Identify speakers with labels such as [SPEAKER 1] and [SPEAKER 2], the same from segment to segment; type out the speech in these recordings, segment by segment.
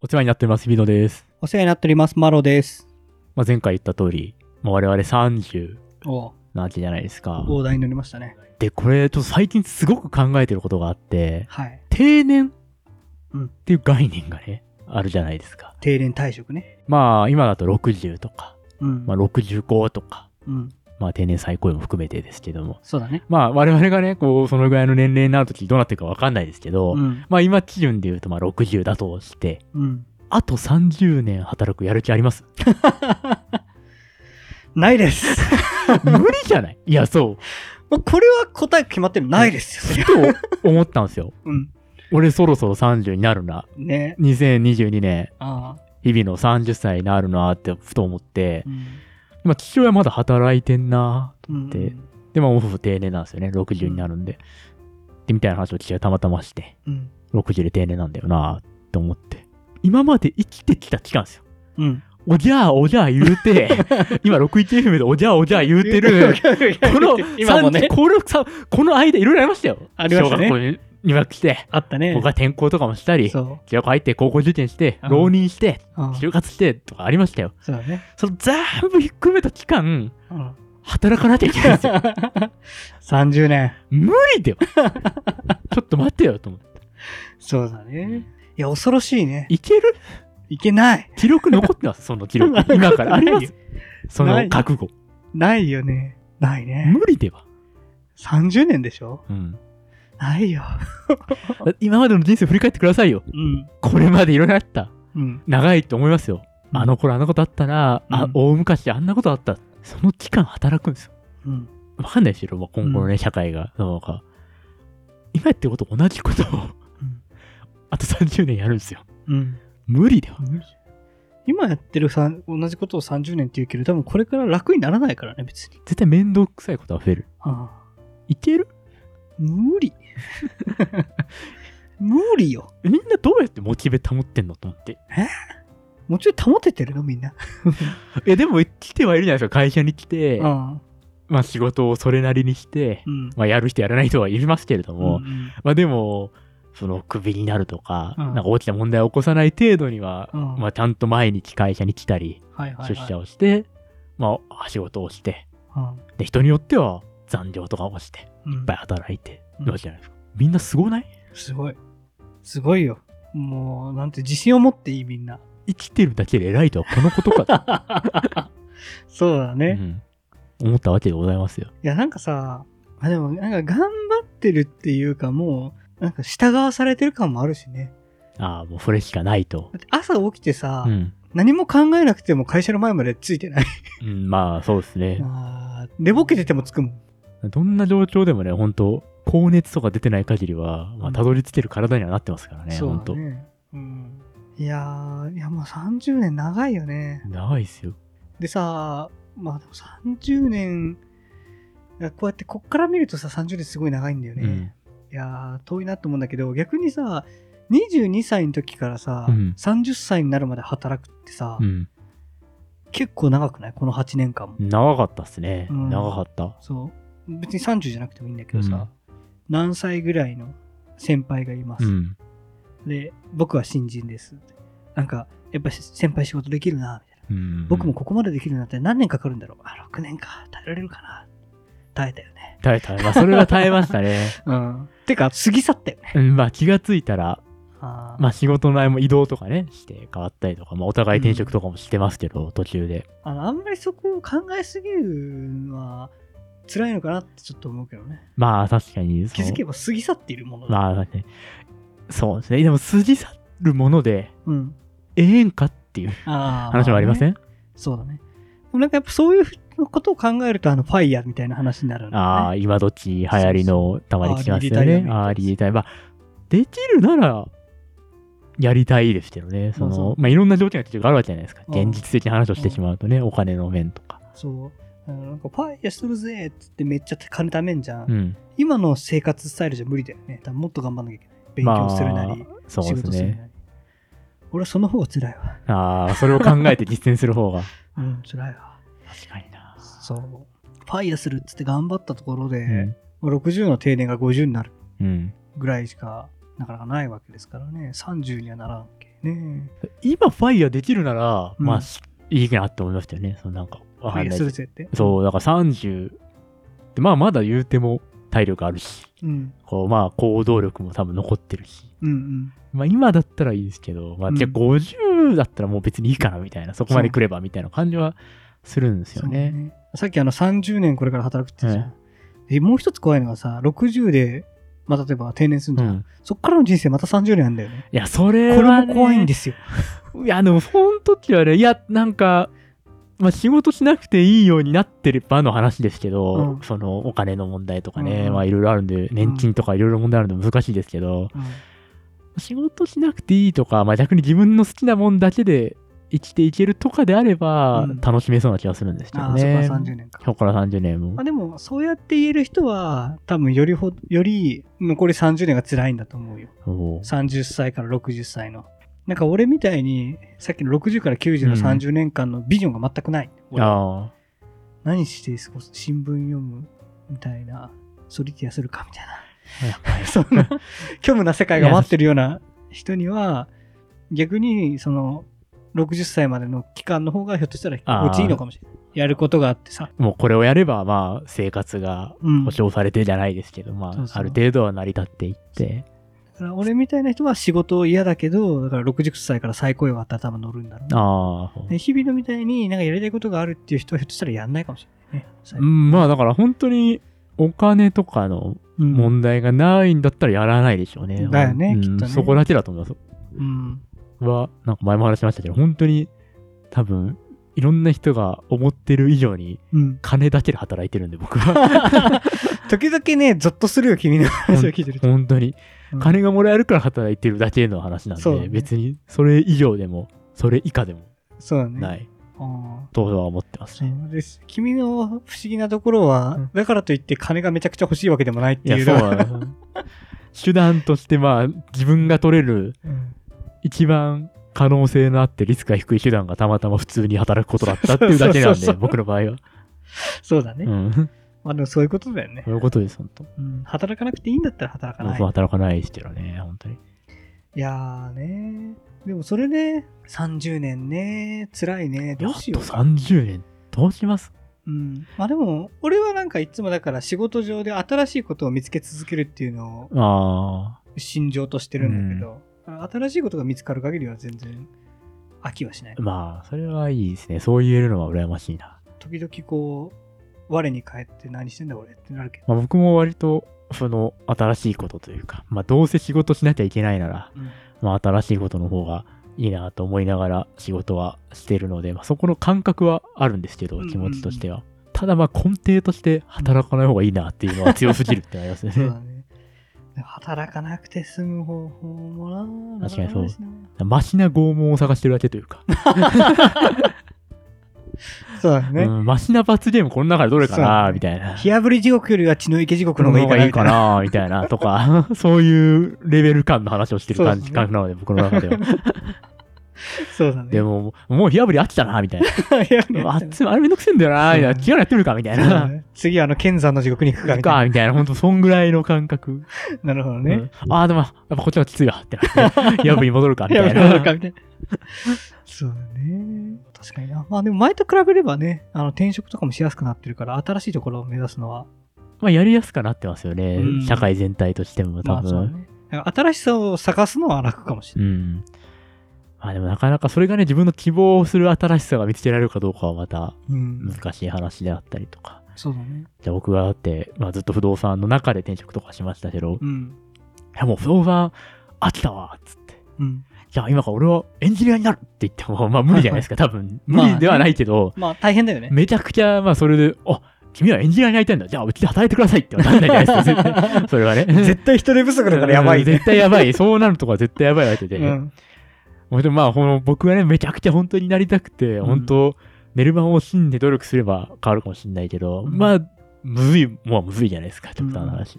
[SPEAKER 1] お世話になってます、日比野です。
[SPEAKER 2] お世話になっております、マロです。
[SPEAKER 1] まあ、前回言った通り、まあ、我々30
[SPEAKER 2] お
[SPEAKER 1] なわけじゃないですか。
[SPEAKER 2] 大台に乗りましたね。
[SPEAKER 1] で、これ、ちょっと最近すごく考えてることがあって、
[SPEAKER 2] はい。
[SPEAKER 1] 定年
[SPEAKER 2] うん
[SPEAKER 1] っていう概念がね、あるじゃないですか。
[SPEAKER 2] 定年退職ね。
[SPEAKER 1] まあ、今だと60とか、
[SPEAKER 2] うん。
[SPEAKER 1] まあ、65とか、
[SPEAKER 2] うん。
[SPEAKER 1] まあ、定年最高位も含めてですけども。
[SPEAKER 2] そうだね。
[SPEAKER 1] まあ、我々がね、こう、そのぐらいの年齢になるときどうなってるかわかんないですけど、
[SPEAKER 2] うん。
[SPEAKER 1] まあ、今基準で言うと、まあ、60だとして、
[SPEAKER 2] うん。
[SPEAKER 1] あと30年働くやる気あります
[SPEAKER 2] ないです。
[SPEAKER 1] 無理じゃないいや、そう。
[SPEAKER 2] もうこれは答え決まってるのないですよ、そりゃ
[SPEAKER 1] ふと思ったんですよ。
[SPEAKER 2] うん。
[SPEAKER 1] 俺そろそろ30になるな。
[SPEAKER 2] ね。
[SPEAKER 1] 2022年、
[SPEAKER 2] ああ。
[SPEAKER 1] 日々の30歳になるなってふと思って
[SPEAKER 2] う、ん。
[SPEAKER 1] まあ父親まだ働いてんな。
[SPEAKER 2] うん
[SPEAKER 1] でで、まあもう定年なんですよね。60になるんで。で、みたいな話を父親たまたまして、
[SPEAKER 2] うん。
[SPEAKER 1] 60で定年なんだよなって思って。今まで生きてきた期間ですよ。
[SPEAKER 2] うん。
[SPEAKER 1] おじゃあおじゃあ言う て、今 61FM でおじゃあおじゃあ言うてる。この、
[SPEAKER 2] 今もね
[SPEAKER 1] 30、このさこの間いろいろありましたよ。
[SPEAKER 2] ありましたね
[SPEAKER 1] 小学校に入学して。
[SPEAKER 2] あったね
[SPEAKER 1] 僕。は転校とかもしたり、
[SPEAKER 2] そう。
[SPEAKER 1] 中学校入って高校受験して、
[SPEAKER 2] うん
[SPEAKER 1] 浪人して、
[SPEAKER 2] ああ
[SPEAKER 1] 就活してとかありましたよ。
[SPEAKER 2] そうだね。
[SPEAKER 1] その全部ひっくるめた期間、
[SPEAKER 2] うん。
[SPEAKER 1] 働かなきゃいけないんです よ。
[SPEAKER 2] 30年。
[SPEAKER 1] 無理だよ。ちょっと待ってよと思って。
[SPEAKER 2] そうだね。いや、恐ろしいね。
[SPEAKER 1] いける
[SPEAKER 2] いけない。
[SPEAKER 1] 記録残ってます、その 記録。今からあります。そ
[SPEAKER 2] な
[SPEAKER 1] の
[SPEAKER 2] い
[SPEAKER 1] 覚悟。
[SPEAKER 2] ないよね。ないね。
[SPEAKER 1] 無理では。
[SPEAKER 2] 30年でしょ
[SPEAKER 1] うん、
[SPEAKER 2] ないよ。
[SPEAKER 1] 今までの人生振り返ってくださいよ。
[SPEAKER 2] うん。
[SPEAKER 1] これまでいろいろあった。
[SPEAKER 2] うん。
[SPEAKER 1] 長いと思いますよ。あの頃あんなことあったな、あ
[SPEAKER 2] うん
[SPEAKER 1] 大昔あんなことあった。その期間働くんですよ
[SPEAKER 2] うん。
[SPEAKER 1] わかんないですよ、まあ、今後のね、社会が、どうか。今やってること同じことを
[SPEAKER 2] うん、
[SPEAKER 1] あと30年やるんですよ。
[SPEAKER 2] うん。
[SPEAKER 1] 無理だよ。
[SPEAKER 2] 今やってるさ同じことを30年って言うけど多分これから楽にならないからね別に、
[SPEAKER 1] 絶対面倒くさいことは増える。いける
[SPEAKER 2] 無理 無理よ
[SPEAKER 1] みんなどうやってモチベ保ってんのと思って。
[SPEAKER 2] もうちょい保ててるのみんな
[SPEAKER 1] え、でも来てはいるじゃないですか。会社に来て、
[SPEAKER 2] ん
[SPEAKER 1] まあ仕事をそれなりにして、
[SPEAKER 2] うん
[SPEAKER 1] まあやる人やらない人はいますけれども、
[SPEAKER 2] うん
[SPEAKER 1] まあでも、そのクビになるとか、
[SPEAKER 2] うん
[SPEAKER 1] なんか大きな問題を起こさない程度には、
[SPEAKER 2] うん
[SPEAKER 1] まあちゃんと毎日会社に来たり、
[SPEAKER 2] はいはい、
[SPEAKER 1] 出
[SPEAKER 2] はい
[SPEAKER 1] 社をして、まあ仕事をして、で人によっては残業とかをしていっ
[SPEAKER 2] うんうん
[SPEAKER 1] ぱい働いて
[SPEAKER 2] うん
[SPEAKER 1] るわけじゃないですか、みんなすごない
[SPEAKER 2] すごいすごいよもうなんて自信を持っていいみんな
[SPEAKER 1] 生きてるだけで偉いとはこのことかと、
[SPEAKER 2] そうだね、
[SPEAKER 1] う
[SPEAKER 2] い
[SPEAKER 1] ん思ったわけでございますよ
[SPEAKER 2] やなんかさあでもなんか頑張ってるっていうかもうなんか従わされてる感もあるしね
[SPEAKER 1] ああもうそれしかないと
[SPEAKER 2] だって朝起きてさ、
[SPEAKER 1] うん、
[SPEAKER 2] 何も考えなくても会社の前までついてない。
[SPEAKER 1] うん、まあそうですね
[SPEAKER 2] あー寝ぼけててもつくもん。
[SPEAKER 1] どんな状況でもね本当高熱とか出てない限りは、ま
[SPEAKER 2] う
[SPEAKER 1] あ、
[SPEAKER 2] ん
[SPEAKER 1] たどり着ける体にはなってますからね、
[SPEAKER 2] そう
[SPEAKER 1] 本
[SPEAKER 2] だ
[SPEAKER 1] 当
[SPEAKER 2] ね。うん、いやー、いやもう30年長いよね。
[SPEAKER 1] 長いですよ
[SPEAKER 2] でさ、まあでも30年、いやこうやってこっから見るとさ、30年すごい長いんだよ
[SPEAKER 1] う
[SPEAKER 2] ね。
[SPEAKER 1] ん
[SPEAKER 2] いやー、遠いなと思うんだけど、逆にさ、22歳の時からさ、
[SPEAKER 1] うん
[SPEAKER 2] 30歳になるまで働くってさ、
[SPEAKER 1] うん
[SPEAKER 2] 結構長くないこの8年間も。
[SPEAKER 1] 長かったっすね、
[SPEAKER 2] うん
[SPEAKER 1] 長かった
[SPEAKER 2] そう。別に30じゃなくてもいいんだけどさ、何歳ぐらいの先輩がいます。
[SPEAKER 1] うん
[SPEAKER 2] で、僕は新人です。なんか、やっぱ先輩仕事できるな、みたいな。
[SPEAKER 1] うん
[SPEAKER 2] 僕もここまでできるなって何年かかるんだろう。あ、6年か。耐えられるかな。耐えたよね。
[SPEAKER 1] 耐えたまあそれは耐えました ね、
[SPEAKER 2] うん。てか、過ぎ去ったよね。
[SPEAKER 1] うん、まあ気がついたら
[SPEAKER 2] あー
[SPEAKER 1] まあ仕事の合間も移動とかね、して変わったりとか、まあお互い転職とかもしてますけど、途中で。
[SPEAKER 2] あのあんまりそこを考えすぎるのは辛いのかなってちょっと思うけどね。
[SPEAKER 1] まあ確かにそう、
[SPEAKER 2] 気づけば過ぎ去っているものだ。
[SPEAKER 1] まあ確かに。そうですね。でも筋去るもので、
[SPEAKER 2] うん。
[SPEAKER 1] ええんかっていう
[SPEAKER 2] あー
[SPEAKER 1] 話もありませ
[SPEAKER 2] ね
[SPEAKER 1] ん
[SPEAKER 2] そうだね。でもなんかやっぱそういうことを考えると、あの、ファイヤーみたいな話になるんだよね。
[SPEAKER 1] ああ、今どっち流行りの、たまに聞きますよ
[SPEAKER 2] アーリーリタイアメ
[SPEAKER 1] ね
[SPEAKER 2] ン。ト
[SPEAKER 1] ああ、リーリタイアまあ、できるなら、やりたいですけどね。そ
[SPEAKER 2] まあそ
[SPEAKER 1] の
[SPEAKER 2] う、
[SPEAKER 1] まあいろんな条件が結局あるわけじゃないですか。
[SPEAKER 2] うん
[SPEAKER 1] 現実的な話をしてしまうとね、お金の面とか。
[SPEAKER 2] そう。あのなんか、ファイヤーするぜって言ってめっちゃ金貯めんじゃん。
[SPEAKER 1] うん。
[SPEAKER 2] 今の生活スタイルじゃ無理だよね。多分もっと頑張んなきゃいけない。勉強するなり、
[SPEAKER 1] そう
[SPEAKER 2] 仕
[SPEAKER 1] です
[SPEAKER 2] 事する
[SPEAKER 1] ね。
[SPEAKER 2] なり。俺はその方が辛いわ。
[SPEAKER 1] ああ、それを考えて実践する方 が。
[SPEAKER 2] うん、辛いわ。
[SPEAKER 1] 確かにな。
[SPEAKER 2] そう。ファイヤーするっつって頑張ったところで、
[SPEAKER 1] うん
[SPEAKER 2] もう60の定年が50になる
[SPEAKER 1] うん。
[SPEAKER 2] ぐらいしかなかなかないわけですからね。30にはならんけ。ね。
[SPEAKER 1] 今、ファイヤーできるなら、
[SPEAKER 2] うん
[SPEAKER 1] まあ、しいいなって思いましたよね。そのなんか、わかん
[SPEAKER 2] い
[SPEAKER 1] な
[SPEAKER 2] や
[SPEAKER 1] いけ
[SPEAKER 2] する
[SPEAKER 1] ど
[SPEAKER 2] ぜって。
[SPEAKER 1] そう、だから30って、まあ、まだ言うても体力あるし、
[SPEAKER 2] うん。
[SPEAKER 1] こう、まあ、行動力も多分残ってるし。
[SPEAKER 2] うんうん。
[SPEAKER 1] まあ今だったらいいですけど、まあ
[SPEAKER 2] うん
[SPEAKER 1] じゃあ50だったらもう別にいいかなみたいな、そこまで来ればみたいな感じはするんですよね。
[SPEAKER 2] そう。さっきあの30年これから働くって言ってたじゃん。でもう一つ怖いのがさ、60で、まあ、例えば定年するん
[SPEAKER 1] う
[SPEAKER 2] じゃん。
[SPEAKER 1] ん、
[SPEAKER 2] そっからの人生また30年なんだよね。
[SPEAKER 1] いや、それ
[SPEAKER 2] こ
[SPEAKER 1] は、
[SPEAKER 2] れ
[SPEAKER 1] ね、。
[SPEAKER 2] も怖いんですすよ。
[SPEAKER 1] いや、でも、その時はね、いや、なんか、まあ、仕事しなくていいようになってればの話ですけど、
[SPEAKER 2] うん
[SPEAKER 1] そのお金の問題とか
[SPEAKER 2] うん
[SPEAKER 1] ね、
[SPEAKER 2] うん
[SPEAKER 1] まあいろいろあるんで、年金とかいろいろ問題あるんで難しいですけど、仕事しなくていいとか、まあ、逆に自分の好きなもんだけで生きていけるとかであれば、
[SPEAKER 2] うん
[SPEAKER 1] 楽しめそうな気がするんですけ
[SPEAKER 2] あ
[SPEAKER 1] ど
[SPEAKER 2] あ、そこ
[SPEAKER 1] ね。
[SPEAKER 2] は30年か。
[SPEAKER 1] そこから30年も
[SPEAKER 2] まあ、。でも、そうやって言える人は、多分よりほ、より残り30年が辛いんだと思うよ。
[SPEAKER 1] そう
[SPEAKER 2] 30歳から60歳の。なんか俺みたいに、さっきの60から90の30年間のビジョンが全くない。俺
[SPEAKER 1] あ
[SPEAKER 2] 何して過ごす新聞読むみたいな、ソリティアするかみたいな。 そんな、虚無な世界が待ってるような人には、逆に、その、60歳までの期間の方がひょっとしたら心地いいのかもしれない。やることがあってさ。
[SPEAKER 1] あもうこれをやればまあ生活が
[SPEAKER 2] うん。
[SPEAKER 1] 保
[SPEAKER 2] だか
[SPEAKER 1] 障されてじゃないですけど、ま
[SPEAKER 2] そう
[SPEAKER 1] あ
[SPEAKER 2] そう
[SPEAKER 1] ある程度は成り立っていって
[SPEAKER 2] ら俺みたいな人は仕事嫌だけど、だから60歳から最高位があったら多分乗るんだろうな。
[SPEAKER 1] ああ、
[SPEAKER 2] で日々のみたいになんかやりたいことがあるっていう人はひょっとしたらやんないかもしれないね。最
[SPEAKER 1] う
[SPEAKER 2] 後
[SPEAKER 1] んまあだから本当にお金とかの
[SPEAKER 2] うん
[SPEAKER 1] 問題がないんだったらやらないでしょうね。
[SPEAKER 2] だよね
[SPEAKER 1] うん
[SPEAKER 2] きっとね
[SPEAKER 1] そこだけだと思います。
[SPEAKER 2] うん。
[SPEAKER 1] は、なんか前も話しましたけど、本当に多分いろんな人が思ってる以上に
[SPEAKER 2] うん。
[SPEAKER 1] 金だけで働いてるんで僕 は。
[SPEAKER 2] 時々ね、ゾッとするよ、君の話を聞いてると。
[SPEAKER 1] 本当に
[SPEAKER 2] うん。
[SPEAKER 1] 金がもらえるから働いてるだけの話なんで、
[SPEAKER 2] そうだね
[SPEAKER 1] 別にそれ以上でもそれ以下でも
[SPEAKER 2] そうだね。。
[SPEAKER 1] ないい。とは思ってます
[SPEAKER 2] そ
[SPEAKER 1] ね。
[SPEAKER 2] うです。君の不思議なところは、
[SPEAKER 1] うん
[SPEAKER 2] だからといって金がめちゃくちゃ欲しいわけでもないって
[SPEAKER 1] い
[SPEAKER 2] い
[SPEAKER 1] や、
[SPEAKER 2] う。
[SPEAKER 1] そうなのよ手段として、まあ、自分が取れる
[SPEAKER 2] うん
[SPEAKER 1] 一番可能性のあってリスクが低い手段がたまたま普通に働くことだったっていうだけ
[SPEAKER 2] そう
[SPEAKER 1] なん
[SPEAKER 2] そうそうそ
[SPEAKER 1] で、
[SPEAKER 2] う
[SPEAKER 1] 僕の場合は。
[SPEAKER 2] そうだね。
[SPEAKER 1] うん。そ
[SPEAKER 2] まあでもそういうことだよね
[SPEAKER 1] う。いうことです、本当。
[SPEAKER 2] うん働かなくていいんだったら働かない。
[SPEAKER 1] 僕は働かないですけどね、本当に。
[SPEAKER 2] いやーねでもそれね、30年ね、辛いね。ど
[SPEAKER 1] や
[SPEAKER 2] う
[SPEAKER 1] っと
[SPEAKER 2] しようか。
[SPEAKER 1] 30年、どうします
[SPEAKER 2] うん。まあでも、俺はなんかいつもだから仕事上で新しいことを見つけ続けるっていうのを
[SPEAKER 1] あ
[SPEAKER 2] 心情としてるんだけど、新しいことが見つかる限りは全然飽きはしない
[SPEAKER 1] あ、。まあ、それはいいですね。そう言えるのは羨ましいな。
[SPEAKER 2] 時々こう我に返って何してんだ俺ってなるけど、
[SPEAKER 1] まあ、僕も割と、その、新しいことというか、まあ、どうせ仕事しなきゃいけないなら、まあ、新しいことの方がいいなと思いながら仕事はしてるので、まあ、そこの感覚はあるんですけど
[SPEAKER 2] うんうんうん
[SPEAKER 1] 気持ちとしては、ただまあ根底として働かない方がいいなっていうのは強すぎるってなりますね
[SPEAKER 2] そうだねでも働かなくて済む方法もな
[SPEAKER 1] 確かにそう
[SPEAKER 2] なな な
[SPEAKER 1] マシな拷問を探してるだけというか、
[SPEAKER 2] そうだね、
[SPEAKER 1] うん、マシな罰ゲームこの中でどれか
[SPEAKER 2] そ
[SPEAKER 1] な
[SPEAKER 2] う
[SPEAKER 1] みたいな
[SPEAKER 2] 火あぶり地獄よりは血の池地
[SPEAKER 1] こ
[SPEAKER 2] 獄の
[SPEAKER 1] の
[SPEAKER 2] 方
[SPEAKER 1] 方
[SPEAKER 2] が
[SPEAKER 1] が
[SPEAKER 2] い
[SPEAKER 1] い
[SPEAKER 2] い
[SPEAKER 1] いか
[SPEAKER 2] かな
[SPEAKER 1] なみたいなとか そういうレベル感の話をしてる感じ
[SPEAKER 2] そうですね
[SPEAKER 1] 感覚なので僕の中 では
[SPEAKER 2] そうだね
[SPEAKER 1] でももう火あぶり飽きたなみたい な
[SPEAKER 2] いやね
[SPEAKER 1] あっちあれめんどくせえんだよなみたいな
[SPEAKER 2] そ
[SPEAKER 1] 違うの
[SPEAKER 2] う
[SPEAKER 1] やってみるかみたい
[SPEAKER 2] そうだ
[SPEAKER 1] な
[SPEAKER 2] ね 次はあの剣山の地獄に行くか
[SPEAKER 1] 行く
[SPEAKER 2] みたい
[SPEAKER 1] かみたいな本当そんぐらいの感覚
[SPEAKER 2] ななるほどね、
[SPEAKER 1] うんああ、でも、やっぱこっちがきついわってな って、やぶに戻るかみ
[SPEAKER 2] いや
[SPEAKER 1] た
[SPEAKER 2] め
[SPEAKER 1] い
[SPEAKER 2] ろ
[SPEAKER 1] な。
[SPEAKER 2] かみたいな そうだね確かになまあでも前と比べればねあの転職とかもしやすくなってるから新しいところを目指すのは
[SPEAKER 1] まあ、やりやすくなってますよね。
[SPEAKER 2] うん
[SPEAKER 1] 社会全体としても、多
[SPEAKER 2] まあ
[SPEAKER 1] 分。
[SPEAKER 2] そうだね。新しさを探すのは楽かもしれ
[SPEAKER 1] う
[SPEAKER 2] ない。
[SPEAKER 1] ん。まあ、でもなかなかそれがね、自分の希望する新しさが見つけられるかどうかはまた
[SPEAKER 2] うん。
[SPEAKER 1] 難しい話であったりとか。
[SPEAKER 2] そうだね。
[SPEAKER 1] じゃあ僕がだって、まあ、ずっと不動産の中で転職とかしましたけど、い
[SPEAKER 2] うん。
[SPEAKER 1] やもう不動産飽きたわっつって。
[SPEAKER 2] うん。
[SPEAKER 1] じゃあ今から俺はエンジニアになるって言っても、まあ無理じゃないですか、多分。無理ではないけど、
[SPEAKER 2] まあ大変だよね。
[SPEAKER 1] めちゃくちゃ、まあ、それで、あ君はエンジニアになりたいんだ。じゃあ、うちで働いてくださいってはなんないじゃないですか、絶 対。それはね。
[SPEAKER 2] 絶対人手不足だからやばいね。
[SPEAKER 1] 絶対やばい。そうなるとか絶対やばいわけで。
[SPEAKER 2] うん。
[SPEAKER 1] もうでもまあ、この僕はね、めちゃくちゃ本当になりたくて、
[SPEAKER 2] ん
[SPEAKER 1] 本当、寝る間を惜しんで努力すれば変わるかもしれないけど、
[SPEAKER 2] うん
[SPEAKER 1] まあ、むずい、もうむずいじゃないですか、極端な話。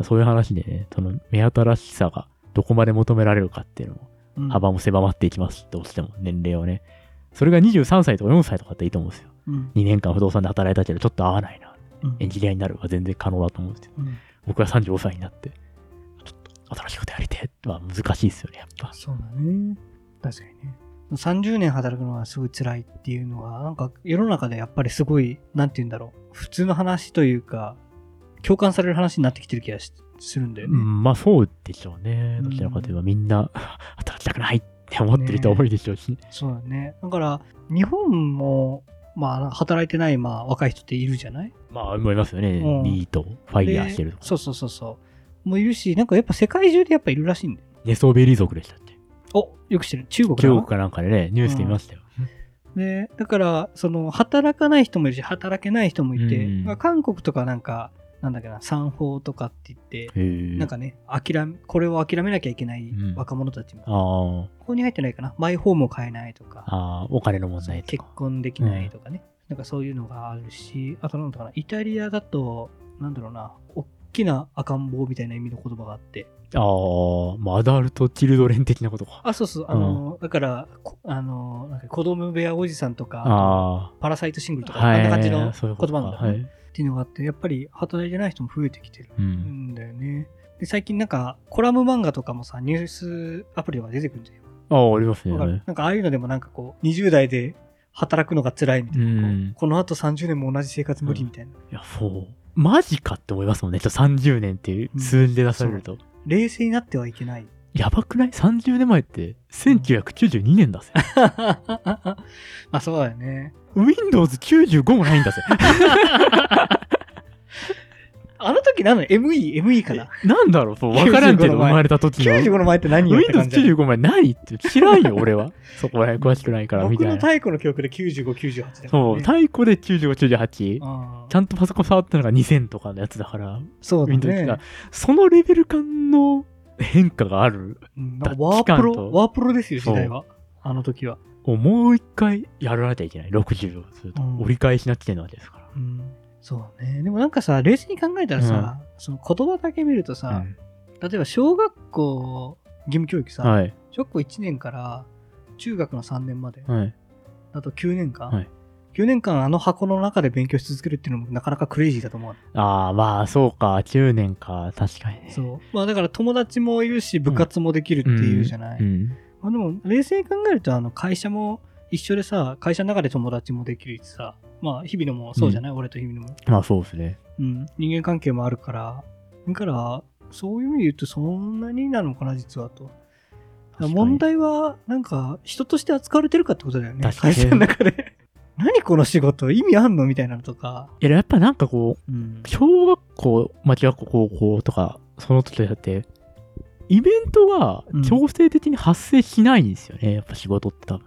[SPEAKER 1] そういう話でね、その目新しさがどこまで求められるかっていうのも、
[SPEAKER 2] うん。
[SPEAKER 1] 幅も狭まっていきます、どうしても、年齢をね。それが23歳とか4歳とかっていいと思うんですよ。
[SPEAKER 2] うん。
[SPEAKER 1] 2年間不動産で働いたけど、ちょっと合わないな。
[SPEAKER 2] うん
[SPEAKER 1] エンジニアになるは全然可能だと思うんですよ。
[SPEAKER 2] うん
[SPEAKER 1] 僕は35歳になって、ちょっと新しいことやりてえは難しいですよね、やっぱ。
[SPEAKER 2] そうだね。確かにね。30年働くのはすごい辛いっていうのは、なんか世の中でやっぱりすごい、なんて言うんだろう。普通の話というか、共感される話になってきてる気がしするんだよ
[SPEAKER 1] う
[SPEAKER 2] ね。
[SPEAKER 1] ん、まあそうでしょうね。
[SPEAKER 2] うん
[SPEAKER 1] どちらかといえばみんな 働きたくないって思ってる人は多いでしょうし。
[SPEAKER 2] そうだね。だから、日本も、まあ、働いてない、まあ、若い人っているじゃない
[SPEAKER 1] まあ思いますよね。
[SPEAKER 2] うん
[SPEAKER 1] ニート、ファイヤーしてると
[SPEAKER 2] で
[SPEAKER 1] か。
[SPEAKER 2] そうそうそうそう。もういるし、なんかやっぱ世界中でやっぱいるらしいんだよ。
[SPEAKER 1] ネソベリ族でしたって。
[SPEAKER 2] およく知ってる。中国だ
[SPEAKER 1] 中国かなんかでね、ニュースで見ましたよ。
[SPEAKER 2] でだからその働かない人もいるし働けない人もいて、
[SPEAKER 1] うん
[SPEAKER 2] まあ韓国とかなんかなんだっけな産法とかって言って、
[SPEAKER 1] へえ。
[SPEAKER 2] なんかね諦めこれを諦めなきゃいけない
[SPEAKER 1] うん
[SPEAKER 2] 若者たちも、
[SPEAKER 1] あ
[SPEAKER 2] こ
[SPEAKER 1] ー
[SPEAKER 2] こに入ってないかなマイホームを買えないとか
[SPEAKER 1] あー、お金の問題と
[SPEAKER 2] 結
[SPEAKER 1] か。
[SPEAKER 2] 婚できないとかね、なんかそういうのがあるしあとなんだかなイタリアだとなんだろうな大きな赤ん坊みたいな意味の言葉があって
[SPEAKER 1] ああ、まあアダルト・チルドレン的なことか。
[SPEAKER 2] あそうそうあの、だからこあのなんか子供部屋おじさんとか
[SPEAKER 1] あ
[SPEAKER 2] パラサイトシングル
[SPEAKER 1] あ、
[SPEAKER 2] とか、
[SPEAKER 1] はい。
[SPEAKER 2] あんな感じの
[SPEAKER 1] そうい
[SPEAKER 2] 言
[SPEAKER 1] うこと
[SPEAKER 2] 葉
[SPEAKER 1] か
[SPEAKER 2] なんだよね、
[SPEAKER 1] はい
[SPEAKER 2] っていうのがあってやっぱり働いてない人も増えてきてる
[SPEAKER 1] うん
[SPEAKER 2] だよね。で最近なんかコラム漫画とかもさニュースアプリとか出てくるんじゃん。
[SPEAKER 1] ああ、ありますね。
[SPEAKER 2] わかるなんかああいうのでもなんかこう20代で働くのが辛いみたい
[SPEAKER 1] う
[SPEAKER 2] な、
[SPEAKER 1] ん
[SPEAKER 2] このあと30年も同じ生活無理みたいな、
[SPEAKER 1] いや、そう。マジかって思いますもんね。ちょっと30年っていう数字で出されると。
[SPEAKER 2] 冷静になってはいけない。
[SPEAKER 1] やばくない ?30 年前って1992年だぜ。
[SPEAKER 2] まあそうだよね。
[SPEAKER 1] Windows95 もないんだ ぜ。
[SPEAKER 2] あの時なの ?ME、ME かな
[SPEAKER 1] なんだろう、そう、わからんけど、
[SPEAKER 2] 95
[SPEAKER 1] 生
[SPEAKER 2] の前
[SPEAKER 1] まれた時の。
[SPEAKER 2] ?95 の前って何よって感じだよ
[SPEAKER 1] Windows95 前何って知らんよ、俺は。そこら辺詳しくないから、みた
[SPEAKER 2] 僕の
[SPEAKER 1] いな。
[SPEAKER 2] 太古の記憶で95、98だから、ね。
[SPEAKER 1] そう、太鼓で95、98。
[SPEAKER 2] あー
[SPEAKER 1] ちゃんとパソコン触ったのが2000とかのやつだから、
[SPEAKER 2] そうだ
[SPEAKER 1] Windows
[SPEAKER 2] ね
[SPEAKER 1] が。。そのレベル感の変化がある。
[SPEAKER 2] うんなんかワー
[SPEAKER 1] 期
[SPEAKER 2] プ
[SPEAKER 1] 間と
[SPEAKER 2] ロ、ワープロですよ、時代は。あの時は。
[SPEAKER 1] もう一回やらなきゃいけない。60をすると。
[SPEAKER 2] うん
[SPEAKER 1] 折り返しなきゃいけないわけですから。
[SPEAKER 2] うん。そうね。でもなんかさ、冷静に考えたらさ、その言葉だけ見るとさ、例えば小学校義務教育さ、
[SPEAKER 1] うんはい。
[SPEAKER 2] 小学校1年から中学の3年まで、
[SPEAKER 1] はい。
[SPEAKER 2] あと9年間、
[SPEAKER 1] はい
[SPEAKER 2] 9年間あの箱の中で勉強し続けるっていうのもなかなかクレイジーだと思う。
[SPEAKER 1] ああ、まあ、そうか。10年か。確かにね。
[SPEAKER 2] そう。まあだから友達もいるし、部活もできるっていうじゃない。
[SPEAKER 1] うん。
[SPEAKER 2] まあでも冷静に考えるとあの会社も一緒でさ会社の中で友達もできるしさまあ日々のもそうじゃない、俺と日々のも、
[SPEAKER 1] まあ、そうですね。
[SPEAKER 2] うん、人間関係もあるからだからそういう意味で言うとそんなになのかな実はとだから問題はなんか人として扱われてるかってことだよね
[SPEAKER 1] 確かに
[SPEAKER 2] 会社の中で何この仕事意味あんのみたいなのとか、
[SPEAKER 1] いや、やっぱなんかこ
[SPEAKER 2] うん
[SPEAKER 1] う、小学校、まあ、中学校、高校とか、その時だって、イベントが強制的に発生しないんですよね。やっぱ仕事って多分。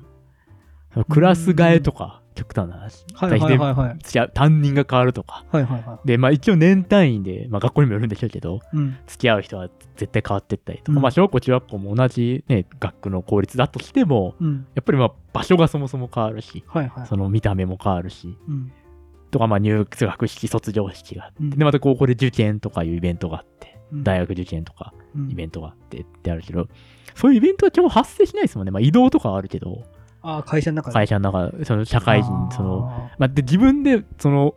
[SPEAKER 1] そのクラス替えとか、極端な話。
[SPEAKER 2] はいはいはいはい
[SPEAKER 1] で違う担任が変わるとか。
[SPEAKER 2] はいはいはい
[SPEAKER 1] で、まあ一応年単位で、まあ学校にもよるんでしょうけど、
[SPEAKER 2] うん
[SPEAKER 1] 付き合う人は絶対変わってったりとか、
[SPEAKER 2] うん
[SPEAKER 1] まあ小学校、中学校も同じね、学区の公立だとしても、
[SPEAKER 2] うん
[SPEAKER 1] やっぱりまあ場所がそもそも変わるし、
[SPEAKER 2] はいはい
[SPEAKER 1] その見た目も変わるし、
[SPEAKER 2] うん
[SPEAKER 1] とか、まあ、入学式、卒業式があって、
[SPEAKER 2] うん
[SPEAKER 1] で、また高校で受験とかいうイベントがあって、
[SPEAKER 2] うん
[SPEAKER 1] 大学受験とか
[SPEAKER 2] うん
[SPEAKER 1] イベントがあってってあるけど、そういうイベントは基本発生しないですもんね。まあ、移動とかはあるけど、
[SPEAKER 2] ああ会社の中で
[SPEAKER 1] 会社の中、その社会人、その、
[SPEAKER 2] あ
[SPEAKER 1] まあ、で、自分で、その、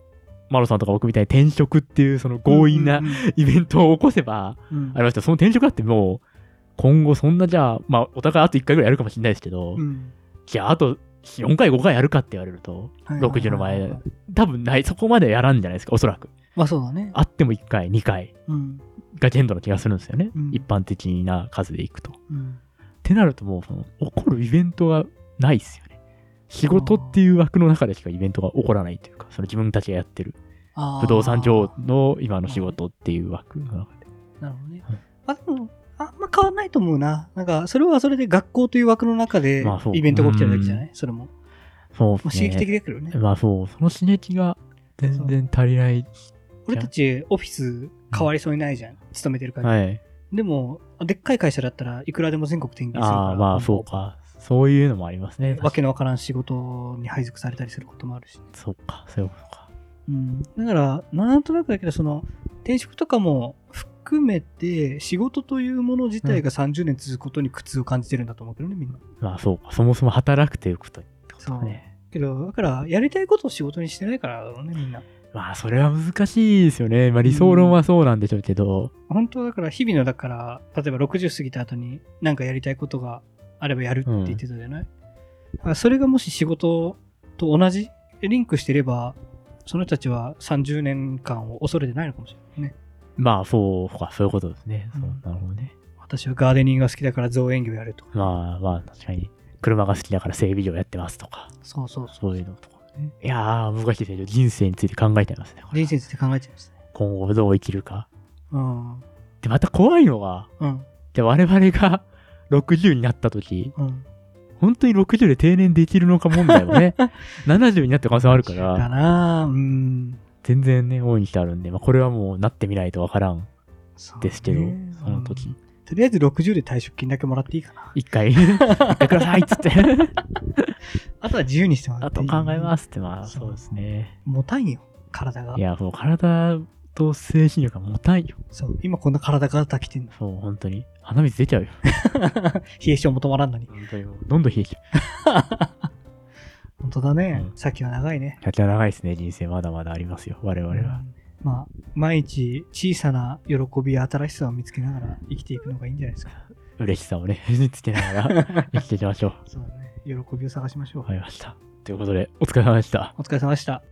[SPEAKER 1] マロさんとか僕みたいに転職っていう、その
[SPEAKER 2] ー
[SPEAKER 1] 強引な
[SPEAKER 2] うんうん
[SPEAKER 1] イベントを起こせば、
[SPEAKER 2] うんうん
[SPEAKER 1] ありました。その転職だってもう、今後そんなじゃあ、まあ、お互いあと1回ぐらいやるかもしれないですけど、
[SPEAKER 2] うん
[SPEAKER 1] じゃあ、あと4回、5回やるかって言われると、
[SPEAKER 2] はいはいはい
[SPEAKER 1] 60の前、多分ない、そこまでやらんじゃないですか、おそらく。
[SPEAKER 2] まあそうだね。
[SPEAKER 1] あっても1回、2回
[SPEAKER 2] うん。
[SPEAKER 1] が限度の気がするんですよね。
[SPEAKER 2] うん
[SPEAKER 1] 一般的な数でいくと。っ
[SPEAKER 2] うん。
[SPEAKER 1] てなるともうその、起こるイベントがないですよね。仕事っていう枠の中でしかイベントが起こらないというか、その自分たちがやってる
[SPEAKER 2] あー
[SPEAKER 1] 不動産上の今の仕事っていう枠の中で。
[SPEAKER 2] なるほどね
[SPEAKER 1] はい。
[SPEAKER 2] まあでも、あんま変わんないと思うな。なんか、それはそれで学校という枠の中で
[SPEAKER 1] まあそう
[SPEAKER 2] イベントが起きてるわけじゃないそれも。
[SPEAKER 1] そうで
[SPEAKER 2] まあ、
[SPEAKER 1] す
[SPEAKER 2] 刺
[SPEAKER 1] ね。
[SPEAKER 2] 激的だけどね。
[SPEAKER 1] まあそう、その刺激が全然足りない。
[SPEAKER 2] 俺たちオフィス変わりそうにないじゃん。勤めてるから。
[SPEAKER 1] はい。
[SPEAKER 2] でも、でっかい会社だったらいくらでも全国転勤するから。
[SPEAKER 1] ああ、まあそうか。そういうのもありますね。
[SPEAKER 2] わけのわからん仕事に配属されたりすることもあるし。
[SPEAKER 1] そうか、そういうことか。
[SPEAKER 2] うん、だから、なんとなくだけど、その転職とかも含めて、仕事というもの自体が30年続くことに苦痛を感じてるんだと思うけどね、みんな。
[SPEAKER 1] まあそうか、そもそも働くということってこと
[SPEAKER 2] そう
[SPEAKER 1] かね。
[SPEAKER 2] けど、だから、やりたいことを仕事にしてないからだろうね、みんな。
[SPEAKER 1] まあ、それは難しいですよね。まあ、理想論はそうなんでしょうけど、
[SPEAKER 2] 本当だから日々のだから例えば60過ぎた後に何かやりたいことがあればやるって言ってたじゃない、だからそれがもし仕事と同じリンクしてればその人たちは30年間を恐れてないのかもしれないね
[SPEAKER 1] まあ、そうか、そういうことですね。そう
[SPEAKER 2] うん
[SPEAKER 1] なるほどね。
[SPEAKER 2] 私はガーデニングが好きだから造園業やると
[SPEAKER 1] まあまあ、確かに。車が好きだから整備業やってますとか、
[SPEAKER 2] そうそうそう
[SPEAKER 1] そういうのとかね。いやー、難しいですよ。人生について考えちゃいますね。これ
[SPEAKER 2] 人生について考えちゃいましたね
[SPEAKER 1] 今後どう生きるか。
[SPEAKER 2] うん
[SPEAKER 1] で、また怖いのが、
[SPEAKER 2] うん
[SPEAKER 1] で我々が 60になった時、
[SPEAKER 2] うん
[SPEAKER 1] 本当に60で定年できるのか問題も ね、70になって可能性あるか
[SPEAKER 2] だ
[SPEAKER 1] ら、
[SPEAKER 2] なあうん
[SPEAKER 1] 全然ね、大いにしてあるんで、まあ、これはもうなってみないとわからん
[SPEAKER 2] そうね
[SPEAKER 1] ですけど、
[SPEAKER 2] うん
[SPEAKER 1] その時、
[SPEAKER 2] とりあえず60で退職金だけもらっていいかな
[SPEAKER 1] 一 回、一回くださいっ つって、
[SPEAKER 2] あとは自由にしてもら
[SPEAKER 1] あ
[SPEAKER 2] って
[SPEAKER 1] と
[SPEAKER 2] いい
[SPEAKER 1] 考えますって、まあ、
[SPEAKER 2] そう
[SPEAKER 1] そうですね。
[SPEAKER 2] もたんよ体が
[SPEAKER 1] いや、もう体と精神力がもたんよ。
[SPEAKER 2] そう今こんな体がたきて んの
[SPEAKER 1] そう、本当に。鼻水出ちゃうよ。
[SPEAKER 2] 冷え性も止まらんのに
[SPEAKER 1] 本当にもうどんどん冷えちゃう。
[SPEAKER 2] 本当だね、
[SPEAKER 1] うん
[SPEAKER 2] さっきは長いね
[SPEAKER 1] 先は長いですね、人生まだまだありますよ、我々は。
[SPEAKER 2] まあ毎日小さな喜びや新しさを見つけながら生きていくのがいいんじゃないですか
[SPEAKER 1] 嬉しさをね、 見つけながら生きていきましょう。
[SPEAKER 2] そうだね喜びを探しましょう、
[SPEAKER 1] わかりました。ということで、お疲れ様でした。
[SPEAKER 2] お疲れ様でした